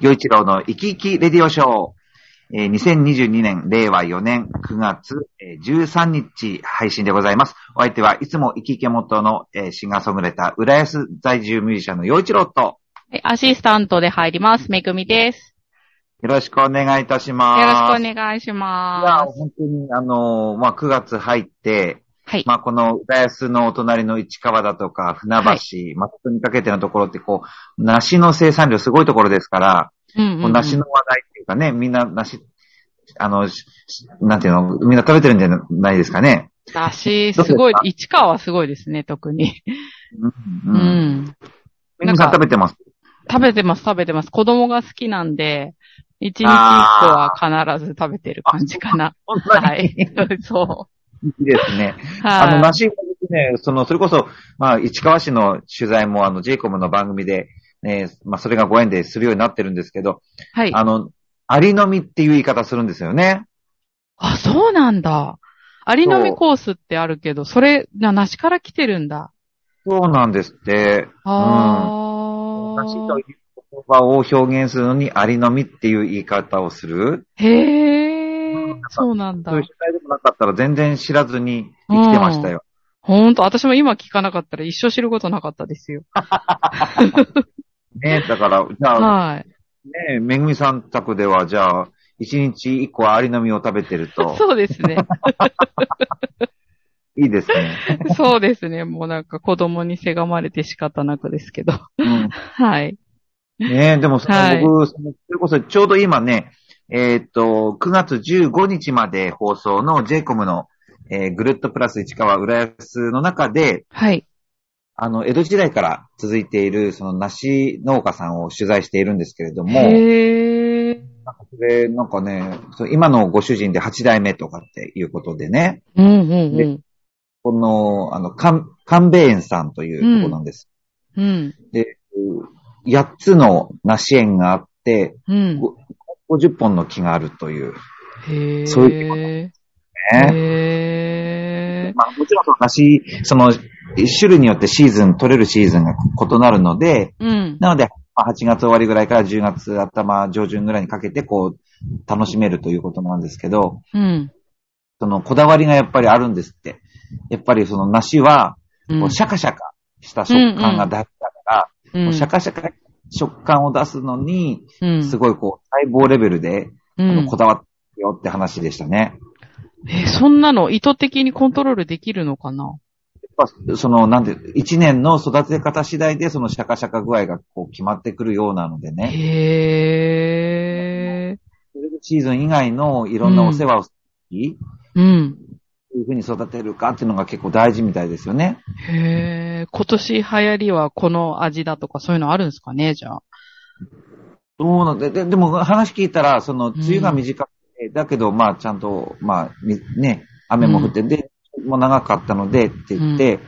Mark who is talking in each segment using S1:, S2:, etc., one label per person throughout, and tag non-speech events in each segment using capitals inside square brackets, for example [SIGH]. S1: 洋一郎の生き生きレディオショー。えー2022年、令和4年9月えー13日配信でございます。お相手はいつも生き生き元のえーシンガーソングライター、浦安在住ミュージシャンの洋一郎と、
S2: はいアシスタントで入ります。めぐみです。
S1: よろしくお願いいたし
S2: よ
S1: ます。
S2: ろしくお
S1: いし
S2: 願いし
S1: ま。
S2: ます
S1: 本当に、あのーまあ、9月入って、
S2: す。はい。
S1: まあ、この浦安のお隣の市川だとか、船橋、
S2: は
S1: まあ、そこにかけてのところって、こう、梨の生産量すごいところですから、
S2: うんうん
S1: こう梨の話題っていうかね、みんな梨、あの、しなんていうの、みんな食べてるんじゃないですかね。
S2: 梨、
S1: どうですか
S2: すごい、市川はすごいですね、特に。
S1: う。
S2: うん
S1: うん。
S2: ん。
S1: めぐみさ
S2: なんんか
S1: 食べてます。
S2: 食べてます、食べてます。子供が好きなんで、一日一個は必ず食べてる感じかな。
S1: 本当に
S2: はい。そ
S1: いいですね。
S2: [LAUGHS] う。
S1: あの、
S2: は
S1: 梨、ね、その、それこそ、まあ、市川市の取材も、あの、ジェイコムの番組で、えーまあ、それがご縁でするようになってるんですけど、
S2: い。はい。
S1: あの、ありのみっていう言い方するんですよね。
S2: あ、そうなんだ。ありのみコースってあるけど、それ、な梨から来てるんだ。
S1: そうなんですって。うん。
S2: あ
S1: 梨と
S2: ー。
S1: いう言葉を表現するのに、ありのみっていう言い方をする。
S2: へー。そうなんだ
S1: そういう。取材でもなかったら全然知らずに生きてましたよ。
S2: ほんと、私も今聞かなかったら一生知ることなかったですよ。
S1: ねだから、じゃあ、
S2: はい。
S1: ねめぐみさん宅では、じゃあ、一日一個アリの実を食べてると、
S2: [LAUGHS] そうですね。
S1: いいですね。
S2: そうですね。もうなんか子供にせがまれて仕方なくですけど。 [LAUGHS]
S1: うん、
S2: はい。
S1: ねでもその、
S2: [LAUGHS] はい
S1: 僕、そのそれこそちょうど今ね、えーっと、9月15日まで放送の j イコムの、えー、ぐるっとプラス市川浦安の中で、
S2: はい。
S1: あの、江戸時代から続いている、その梨農家さんを取材しているんですけれども、
S2: へー。
S1: で、なんかね、そう今のご主人で8代目とかっていうことでね、
S2: うんうんうん。
S1: この、あの、勘勘弁園さんというところなんです。
S2: うん。
S1: で、8つの梨園があって、
S2: うん。
S1: 50本の木があるという、
S2: へー。
S1: そういうね。
S2: へー。
S1: まあ、もちろんその梨、その、種類によってシーズン、取れるシーズンが異なるので、
S2: うん。
S1: なので、まあ8月終わりぐらいから10月頭上旬ぐらいにかけて、こう、楽しめるということなんですけど、
S2: うん。
S1: そのこだわりがやっぱりあるんですって。やっぱりその梨は、
S2: うん
S1: こうシャカシャカした食感が大事だから、
S2: うん
S1: こうシャカシャカ食感を出すのに、
S2: うん
S1: すごいこう、細胞レベルで、
S2: う
S1: あの
S2: ん
S1: こだわってよって話でしたね。
S2: え、そんなの意図的にコントロールできるのかな
S1: やっぱその、なんで、一年の育て方次第で、そのシャカシャカ具合がこう決まってくるようなのでね、
S2: へー。
S1: シーズン以外のいろんなお世話をする時
S2: うん。
S1: どういうふうに育てるかっていうのが結構大事みたいですよね。
S2: へえ、今年流行りはこの味だとかそういうのあるんですかね、じゃあ。
S1: そうなんで、ででも話聞いたら、その、梅雨が短くて、だけど、まあ、ちゃんと、まあ、みね、雨も降って、で、もう長かったので、って言って、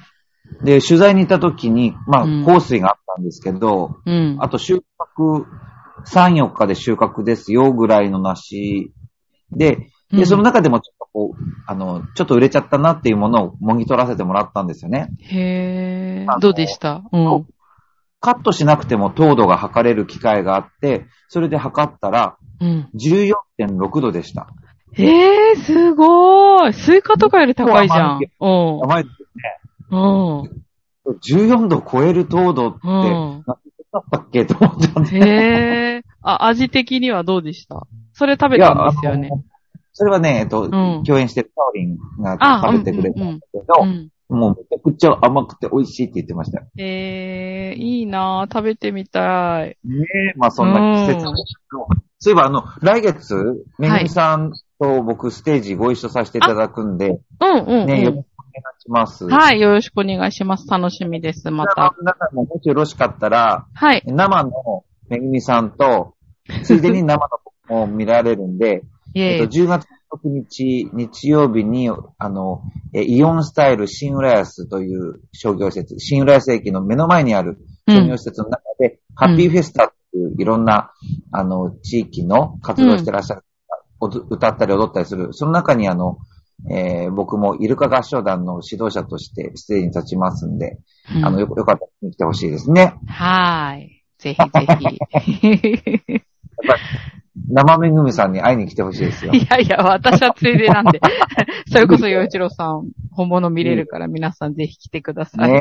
S1: で、取材に行った時に、まあ
S2: う、ん
S1: 降水があったんですけど、
S2: うん。
S1: あと収穫、3、4日で収穫ですよ、ぐらいの梨で、
S2: う
S1: で、
S2: ん
S1: その中でもちょっとこう、あの、ちょっと売れちゃったなっていうものをもぎ取らせてもらったんですよね。
S2: へえ
S1: あの、
S2: どうでしたうん
S1: こ。カットしなくても糖度が測れる機械があって、それで測ったら、
S2: うん。
S1: 14.6度でした。
S2: ええ、すごーい。スイカとかより高いじゃん。
S1: やばいです
S2: うん。うん。
S1: ね。14度超える糖度って、
S2: う
S1: なん
S2: ん。
S1: だったっけと思っちゃって。
S2: へえ。あ、味的にはどうでしたそれ食べたんですよね
S1: いや。あのそれはね、えっと、
S2: ん
S1: 共演してるサオリンが
S2: あ
S1: 食べてくれたんだけど、
S2: うん。
S1: もうめちゃくちゃ甘くて美味しいって言ってましたよ。
S2: ええ、いいなぁ。食べてみたい。
S1: ねえ、まあそんな季節
S2: うん
S1: そういえばあの、来月、めぐみさんと僕ステージご一緒させていただくんで、
S2: うんうん
S1: ね、よろしくお
S2: う
S1: 願いします。
S2: ん。はい、よろしくお願いします。楽しみです、ま
S1: あ
S2: た。
S1: の中ももしよろしかったら、
S2: はい。
S1: 生のめぐみさんと、ついでに生の僕も見られるんで、
S2: イ
S1: え
S2: ェ
S1: っ
S2: イ
S1: と、10月16日、日曜日に、あの、えイオンスタイル新浦安という商業施設、新浦安駅の目の前にある商業施設の中で、ハッピーフェスタっていういろんな、あの、地域の活動をしてらっしゃる、おど歌ったり踊ったりする、その中にあの、えー僕もイルカ合唱団の指導者としてステージに立ちますんで、あの、よよかったら見に来てほしいですね。 [LAUGHS]
S2: はーい。ぜひぜひ。
S1: ぱり、生めぐみさんに会いに来てほしい
S2: [LAUGHS]
S1: ですよ。
S2: いやいや、私はついで
S1: [LAUGHS]
S2: なんで。それこそ、洋一郎さん、本物見れるから、皆さんぜひ来てください。
S1: ね。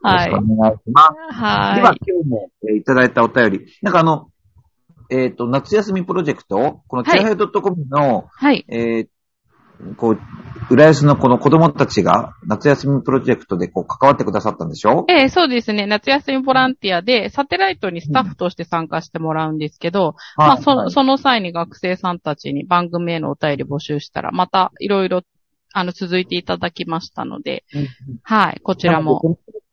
S2: はい
S1: よろしくお願いします。
S2: は
S1: では
S2: ーい。、
S1: 今日もえーいただいたお便り。なんかあの、えっ、と、夏休みプロジェクト、この
S2: は
S1: チ
S2: い
S1: アヘイドットコムの、
S2: はい。
S1: えーこう、浦安のこの子供たちが夏休みプロジェクトでこう関わってくださったんでしょ
S2: ええそうですね。夏休みボランティアで、サテライトにスタッフとして参加してもらうんですけど、まあそ、
S1: はい
S2: その際に学生さんたちに番組へのお便り募集したら、またいろいろ、あの、続いていただきましたので、
S1: うん
S2: はい、こちらも。。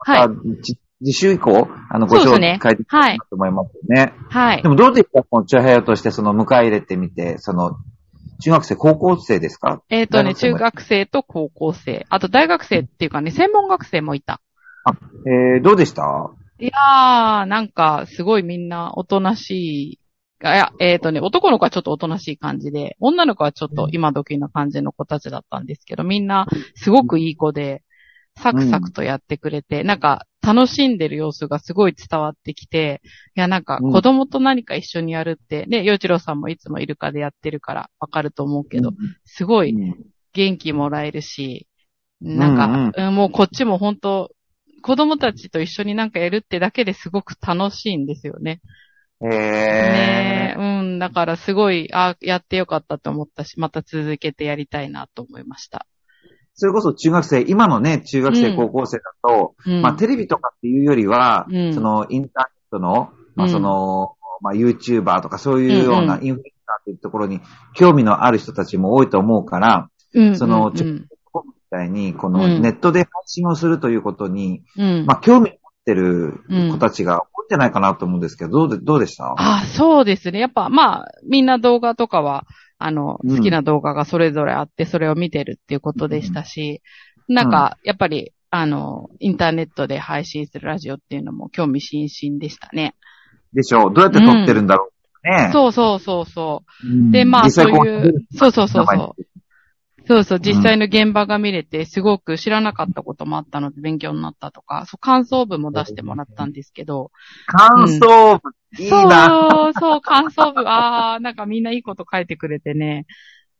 S2: は、
S1: はいい。じ次週以降、あの、ご紹
S2: そうですね
S1: 介できたらなと思いますね。
S2: はい
S1: で。もどうでしたこのチアヘイドとしてその迎え入れてみて、その、中学生、高校生ですか
S2: えっ、とね、
S1: 大学生
S2: 中
S1: も
S2: 学生と高校生、あと大学生っていうかね、専門学生もいた。
S1: えー、どうでした
S2: いやー、なんか、すごいみんなおとなしい。あいや、えっ、とね、男の子はちょっとおとなしい感じで、女の子はちょっと今時な感じの子たちだったんですけど、みんなすごくいい子で、サクサクとやってくれて、なんか楽しんでる様子がすごい伝わってきて、いや、なんか
S1: うん
S2: 子供と何か一緒にやるって、ね、洋一郎さんもいつもイルカでやってるからわかると思うけど、すごい
S1: うん
S2: 元気もらえるし、なんか、うんもうこっちも本当子供たちと一緒になんかやるってだけですごく楽しいんですよね。
S1: えー、
S2: ねえうん、だからすごい、あやってよかったと思ったし、また続けてやりたいなと思いました。
S1: それこそ中学生、今のね、中学
S2: う
S1: 生、
S2: ん
S1: 高校生だと、
S2: うん。
S1: まあテレビとかっていうよりは、
S2: うん
S1: そのインターネットの、まあ
S2: うん
S1: その、まあ YouTuber とかそういうよう
S2: うん
S1: な
S2: う
S1: インフルエンサーっていうところに興味のある人たちも多いと思うから、
S2: うんうん
S1: その
S2: うんうん
S1: 今みたいにこ
S2: う
S1: の
S2: ん
S1: ネットで配信をするということに、
S2: うん
S1: まあ興味を持ってる
S2: うん
S1: 子たちが多いんじゃないかなと思うんですけど、どうでどうでした
S2: あ、そうですね。やっぱ、まあ、みんな動画とかは、あの、
S1: うん
S2: 好きな動画がそれぞれあって、それを見てるっていうことでしたし、なんか、やっぱり、あの、インターネットで配信するラジオっていうのも興味津々でしたね。
S1: でしょうどうやって撮ってるんだろうね。
S2: そうそうそうそ
S1: うん
S2: う。で、まあ、
S1: 実
S2: そ
S1: 際
S2: う
S1: こ
S2: いう、そうそうそう
S1: 生
S2: そ
S1: に
S2: う。そうそう、実際の現場が見れて、すごく知らなかったこともあったので勉強になったとか、そう、感想文も出してもらったんですけど、
S1: 感想文、いいな。
S2: そう、そう、感想文。ああ、なんかみんないいこと書いてくれてね。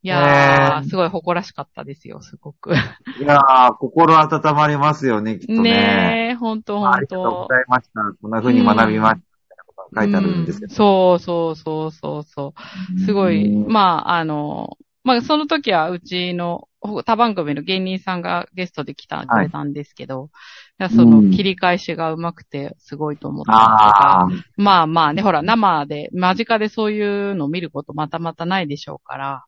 S2: いや
S1: ね
S2: ー、
S1: え
S2: すごい誇らしかったですよ、すごく。
S1: いやー、心温まりますよね、きっと
S2: ねえ、ほんとほ
S1: あり
S2: ん
S1: がとうご
S2: と。
S1: ざいました。こんな風に学びました。みたいなことが書いてあるんですけ
S2: うんそうそうそうそうそう。
S1: ど。
S2: すごい、
S1: うん
S2: まあ、あの、まあ、その時はうちのほ他番組の芸人さんがゲストで来た、く
S1: はい
S2: れたんですけど、いやその
S1: うん
S2: 切り返しがうまくてすごいと思ったりとか
S1: あ、ー
S2: まあまあね、ほら、生で、間近でそういうのを見ることまたまたないでしょうから、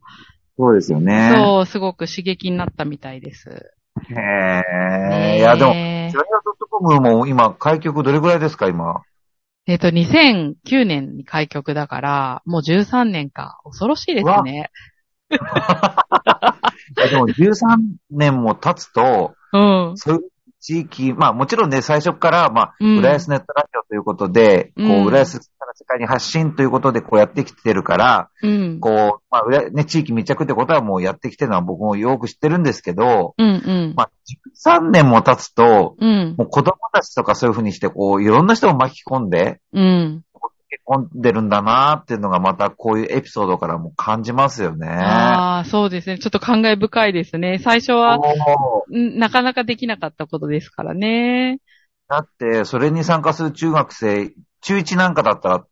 S1: そうですよね。
S2: そう、すごく刺激になったみたいです。
S1: へ
S2: ね
S1: え。いや、でも、ジャイアントトコムも今、開局どれぐらいですか、今。
S2: えっと、2009年に開局だから、もう13年か。恐ろしいですね。
S1: いやでも、13年も経つと、
S2: うん。
S1: そういう地域、まあ、もちろんね、最初から、まあ、
S2: うん
S1: 浦安ネットラジオということで、
S2: うん
S1: こう、浦安から世界に発信ということで、こうやってきてるから、
S2: うん。
S1: こう、まあ、浦ね、地域密着ってことはもうやってきてるのは僕もよく知ってるんですけど、
S2: うんうん。
S1: まあ、3年も経つと、
S2: うん。
S1: もう子供たちとかそういうふうにして、こう、いろんな人を巻き込んで、
S2: うん。
S1: 結婚でるんだなーっていうのがまたこういうエピソードからも感じますよね。
S2: ああ、そうですね。ちょっと感慨深いですね。最初は、
S1: そうん
S2: なかなかできなかったことですからね。
S1: だって、それに参加する中学生、中1なんかだったら、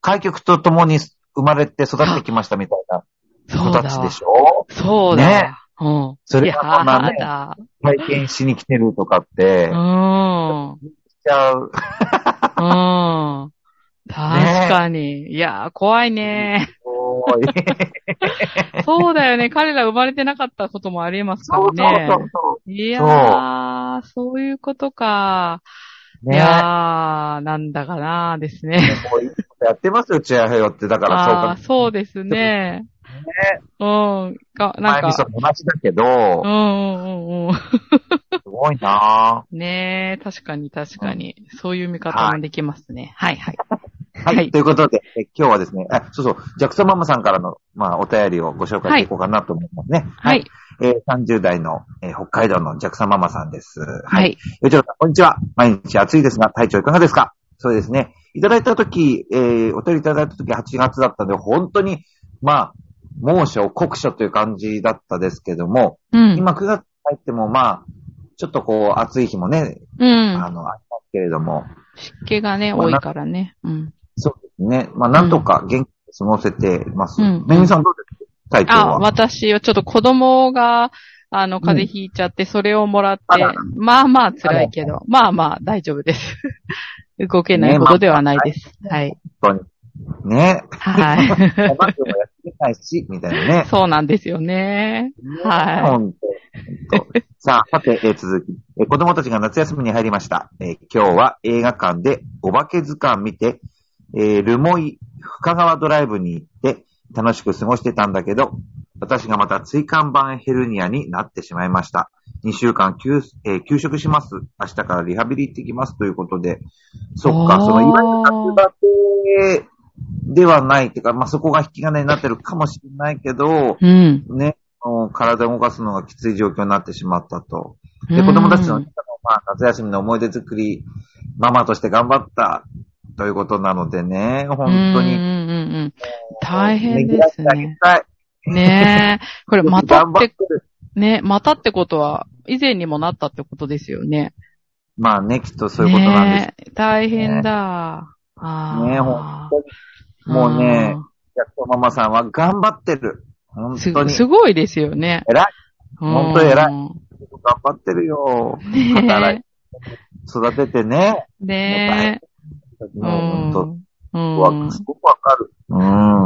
S1: 開局とともに生まれて育ってきましたみたいな
S2: そう
S1: 子
S2: だ
S1: たちで
S2: わ。
S1: しょ
S2: そうだ
S1: ね
S2: わ。うん。
S1: それ
S2: や
S1: がまあね
S2: だ。
S1: 体験しに来てるとかって、
S2: うん。
S1: ちゃう。 [LAUGHS]
S2: うん。確かに。いやー、怖いね。
S1: おーい
S2: [LAUGHS]
S1: [LAUGHS]
S2: そうだよね。彼ら生まれてなかったこともありえますか
S1: そうそう
S2: らね。
S1: そうそ
S2: いやー、そういうことか。
S1: う。ね
S2: いやー、なんだかなーですね。
S1: こういうことやってますよ、チアヘヨって。だからそう
S2: あ
S1: か
S2: ー、そうですね。うん。か、なん
S1: 前
S2: か
S1: にそ。の話だけど、
S2: うんうんうんうん。
S1: すごいな
S2: ねえ、確かに確かに。そういう見方もできますね。はいはい。
S1: ぁはい、
S2: はい
S1: ということで、え今日はですね、あそうそう、ジャクソンママさんからの、まあ、お便りをご紹介していこうかなと思いますね。
S2: はい。。
S1: えー30代の、えー北海道のジャクソンママさんです。
S2: はい。
S1: よちろさん、こんにちは。毎日暑いですが、体調いかがですかそうですね。いただいたとき、えー、お便りいただいたとき8月だったんで、本当に、まあ、猛暑、酷暑という感じだったですけども、
S2: うん。
S1: 今9月入っても、まあ、ちょっとこう、暑い日もね、
S2: うん。
S1: あの、ありますけれども、
S2: 湿気がね、多いからね。うん。
S1: そうですね。まあ、なんとか元気に過ごせています。
S2: うん
S1: めぐみさんどうですか体調
S2: あ、
S1: は。
S2: 私はちょっと子供が、あの、風邪ひいちゃって、それをもらって、まあまあ辛いけど、まあまあ大丈夫です。 [LAUGHS] 動けないほどではないです。はい。
S1: 本当に。
S2: [LAUGHS]
S1: ね。 [LAUGHS]
S2: はい。
S1: マスクもやってないし、みたいな
S2: [LAUGHS]
S1: ね。 [LAUGHS]
S2: そうなんですよね。は
S1: 本
S2: い
S1: 当本当さあ、さて、えー続き、えー子供たちが夏休みに入りました。えー今日は映画館でお化け図鑑見て、えールモイ深川ドライブに行って楽しく過ごしてたんだけど、私がまた椎間板ヘルニアになってしまいました。2週間休,、えー休職します。明日からリハビリ行ってきますということで、そっか、
S2: おー
S1: その、いわゆる夏バテではないっていうか、まあ、そこが引き金になってるかもしれないけど、
S2: うん。
S1: ね、あの体を動かすのがきつい状況になってしまったと。
S2: う
S1: で、
S2: ん
S1: 子供たちの、まあ、夏休みの思い出作り、ママとして頑張ったということなのでね、本当
S2: うんう
S1: に。
S2: んうんうん。大変で
S1: ねぎ
S2: す
S1: らってあげ
S2: ね。
S1: たい。
S2: ねえ。これ、またっ
S1: 頑張ってて、る。
S2: ね、またってことは、以前にもなったってことですよね。
S1: まあね、きっとそういうことなんです。
S2: ねえ大変だ。あー
S1: ねえ本当にもうね
S2: あー
S1: 薬師ママさんは頑張ってる。本
S2: す
S1: 当に。
S2: すごいですよね。
S1: 偉い。
S2: 本
S1: 本当偉い頑張ってるよ。働い
S2: ね
S1: 育ててね。
S2: え。ねえ。
S1: もう本当。
S2: う
S1: わ
S2: ん。
S1: すごくわかる。うん。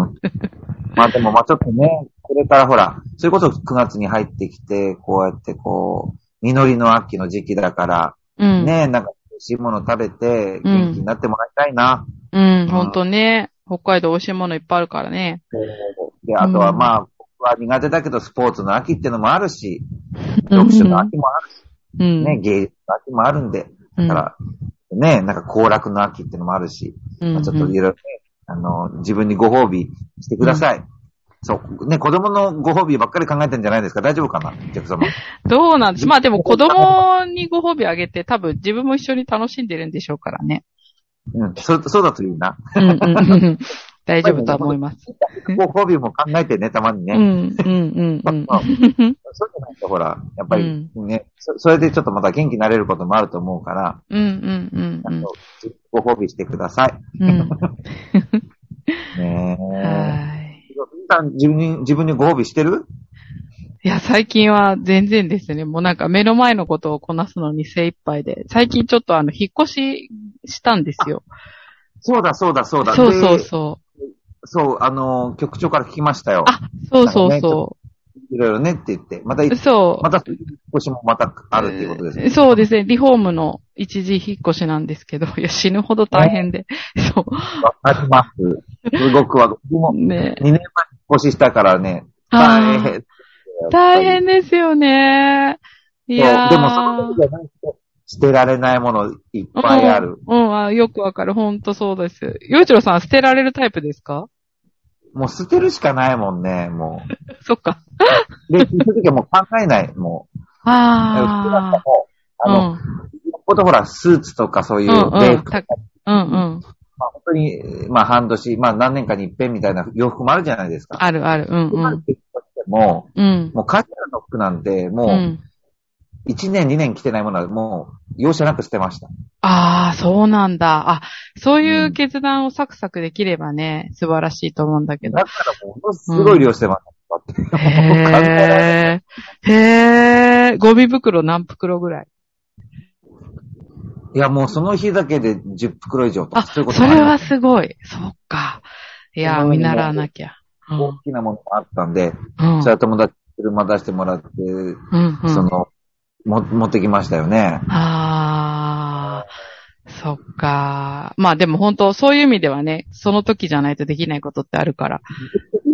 S1: まあでも、まあちょっとね、これからほら、それこそ9月に入ってきて、こうやってこう、実りの秋の時期だから、
S2: うん。
S1: ね、なんか美味しいもの食べて、元気になってもらいたいな。
S2: うん、ほんとね。北海道美味しいものいっぱいあるからね。
S1: で、あとはまあ、僕は苦手だけど、スポーツの秋ってのもあるし、読書の秋もあるし、
S2: うん。
S1: ね、芸術の秋もあるんで、
S2: う
S1: だ
S2: ん、
S1: から、ね、なんか行楽の秋ってのもあるし、
S2: うん、
S1: まあ、ちょっといろいろね、あの、自分にご褒美してください。そう。ね、子供のご褒美ばっかり考えてんじゃないですか大丈夫かなお客様。
S2: どうなんですまあでも子供にご褒美あげて多分自分も一緒に楽しんでるんでしょうからね。
S1: うん。そ、そうだといい
S2: [LAUGHS]
S1: な。
S2: うんうん
S1: [LAUGHS]
S2: うん大丈夫と思います。
S1: ご褒美も考えてね、たまに
S2: う
S1: ね。
S2: ん、うん、うん、うん [LAUGHS]
S1: まあ。そうじゃないとほら、やっぱりね、そ、それでちょっとまた元気になれることもあると思うから、
S2: うん、うん、うん、
S1: ご褒美してくださ
S2: うん。うん
S1: い。ねえ。
S2: はい。
S1: 皆さん自分に、自分にご褒美してる
S2: いや、最近は全然ですね。もうなんか目の前のことをこなすのに精一杯で。最近ちょっとあの、引っ越ししたんですよ。
S1: そうだ、そうだ、そうだ。
S2: そうそ
S1: で
S2: うそう。
S1: そう、あの、局長から聞きましたよ。
S2: あ、そうそうそ
S1: いろいろねって言って。また
S2: う。そう。
S1: また、少しもまたあるっていうことですね。
S2: そうですね。リフォームの一時引っ越しなんですけど、 [LAUGHS] いや、死ぬほど大変で。そう。
S1: わかります。すごくわかる。僕も2
S2: ね
S1: 年前に越ししたからね、大
S2: あー
S1: 変。
S2: 大変ですよね。い
S1: やっぱりそう
S2: やー
S1: でもその時じゃないと、捨てられないものいっぱいある。
S2: うん、うんあよくわかる。ほんとそうです。洋一郎さん、捨てられるタイプですか
S1: もう捨てるしかないもんね、も
S2: そっか。
S1: う。で、捨てる時はもう考えない、もう。捨てな
S2: [LAUGHS] あ
S1: くても、あ
S2: あ。
S1: の、ことほら、スーツとかそういう
S2: うんうん
S1: ベー
S2: たうん、うん、うん。
S1: まあ本当に、まあ半年、まあ何年かに一遍みたいな洋服もあるじゃないですか。
S2: あるある。うん、う
S1: 今
S2: ん
S1: 着ても、。
S2: うん。
S1: もうカジュアルの服なんて、もう、
S2: うん
S1: 一年、二年着てないものはもう、容赦なく捨てました。
S2: ああ、そうなんだ。あ、そういううん決断をサクサクできればね、素晴らしいと思うんだけど
S1: だ。からものすごい量してました。だってもう考えられない
S2: へー。へー。ゴミ袋何袋ぐらい
S1: いや、もうその日だけで10袋以上と
S2: あ、
S1: か、そ
S2: そ
S1: ういう
S2: れ
S1: こともありま
S2: は
S1: す
S2: すごい。そっか。いや
S1: そ
S2: ー、
S1: の上
S2: 見
S1: に
S2: 習わなきゃ。うん
S1: 大きなものもあったんで、
S2: うん
S1: それは友達、車出してもらって、
S2: うんうん
S1: その、も、持ってきましたよね。
S2: あー、そっか。まあでも本当、そういう意味ではね、その時じゃないとできないことってあるから。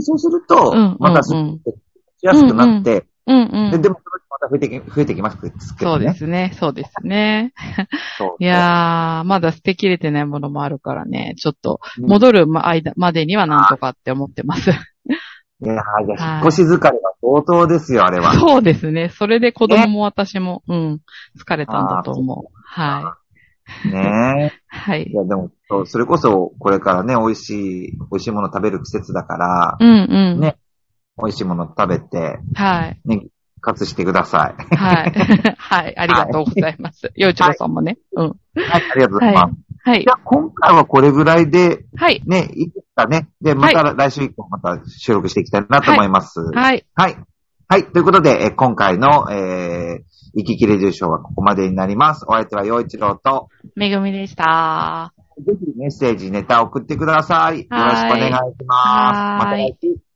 S1: そうすると
S2: うん、
S1: また、
S2: う
S1: し
S2: ん
S1: やすくなって、
S2: うんう
S1: で
S2: ん。
S1: でも、その日また増えてき、増えてきますけどね。
S2: そうですね、そうですね。
S1: [LAUGHS] そう。
S2: いやー、まだ捨てきれてないものもあるからね、ちょっと、
S1: うん
S2: 戻るま間までにはなんとかって思っ
S1: [LAUGHS]
S2: てます。
S1: いやーいや、引っ越し疲れが相当ですよ、あれは。
S2: そうですね。それで子供も私も、うん、疲れたんだと思う。は [LAUGHS]
S1: ねえ。
S2: はい
S1: い。や、でも、そうそれこそ、これからね、美味しい、美味しいもの食べる季節だから、
S2: うんうん。
S1: ね美味しいもの食べて、
S2: はい。
S1: ね、活してください。 [LAUGHS]
S2: はい。はい。ありがとうございます。洋一郎さんもね。うん。
S1: はい、ありがとうございます。
S2: はい
S1: じ。ゃあ、今回はこれぐらいで、
S2: はい。
S1: ね、いいですかね。で、また来週以降、また収録していきたいなと思います。はい。
S2: はい。
S1: はい。ということで、えー今回の、えー、行き切れ重賞はここまでになります。お相手は陽一郎と、
S2: めぐみでした。
S1: ぜひメッセージ、ネタを送ってください。よろしくお願いします。
S2: はーい
S1: また来週。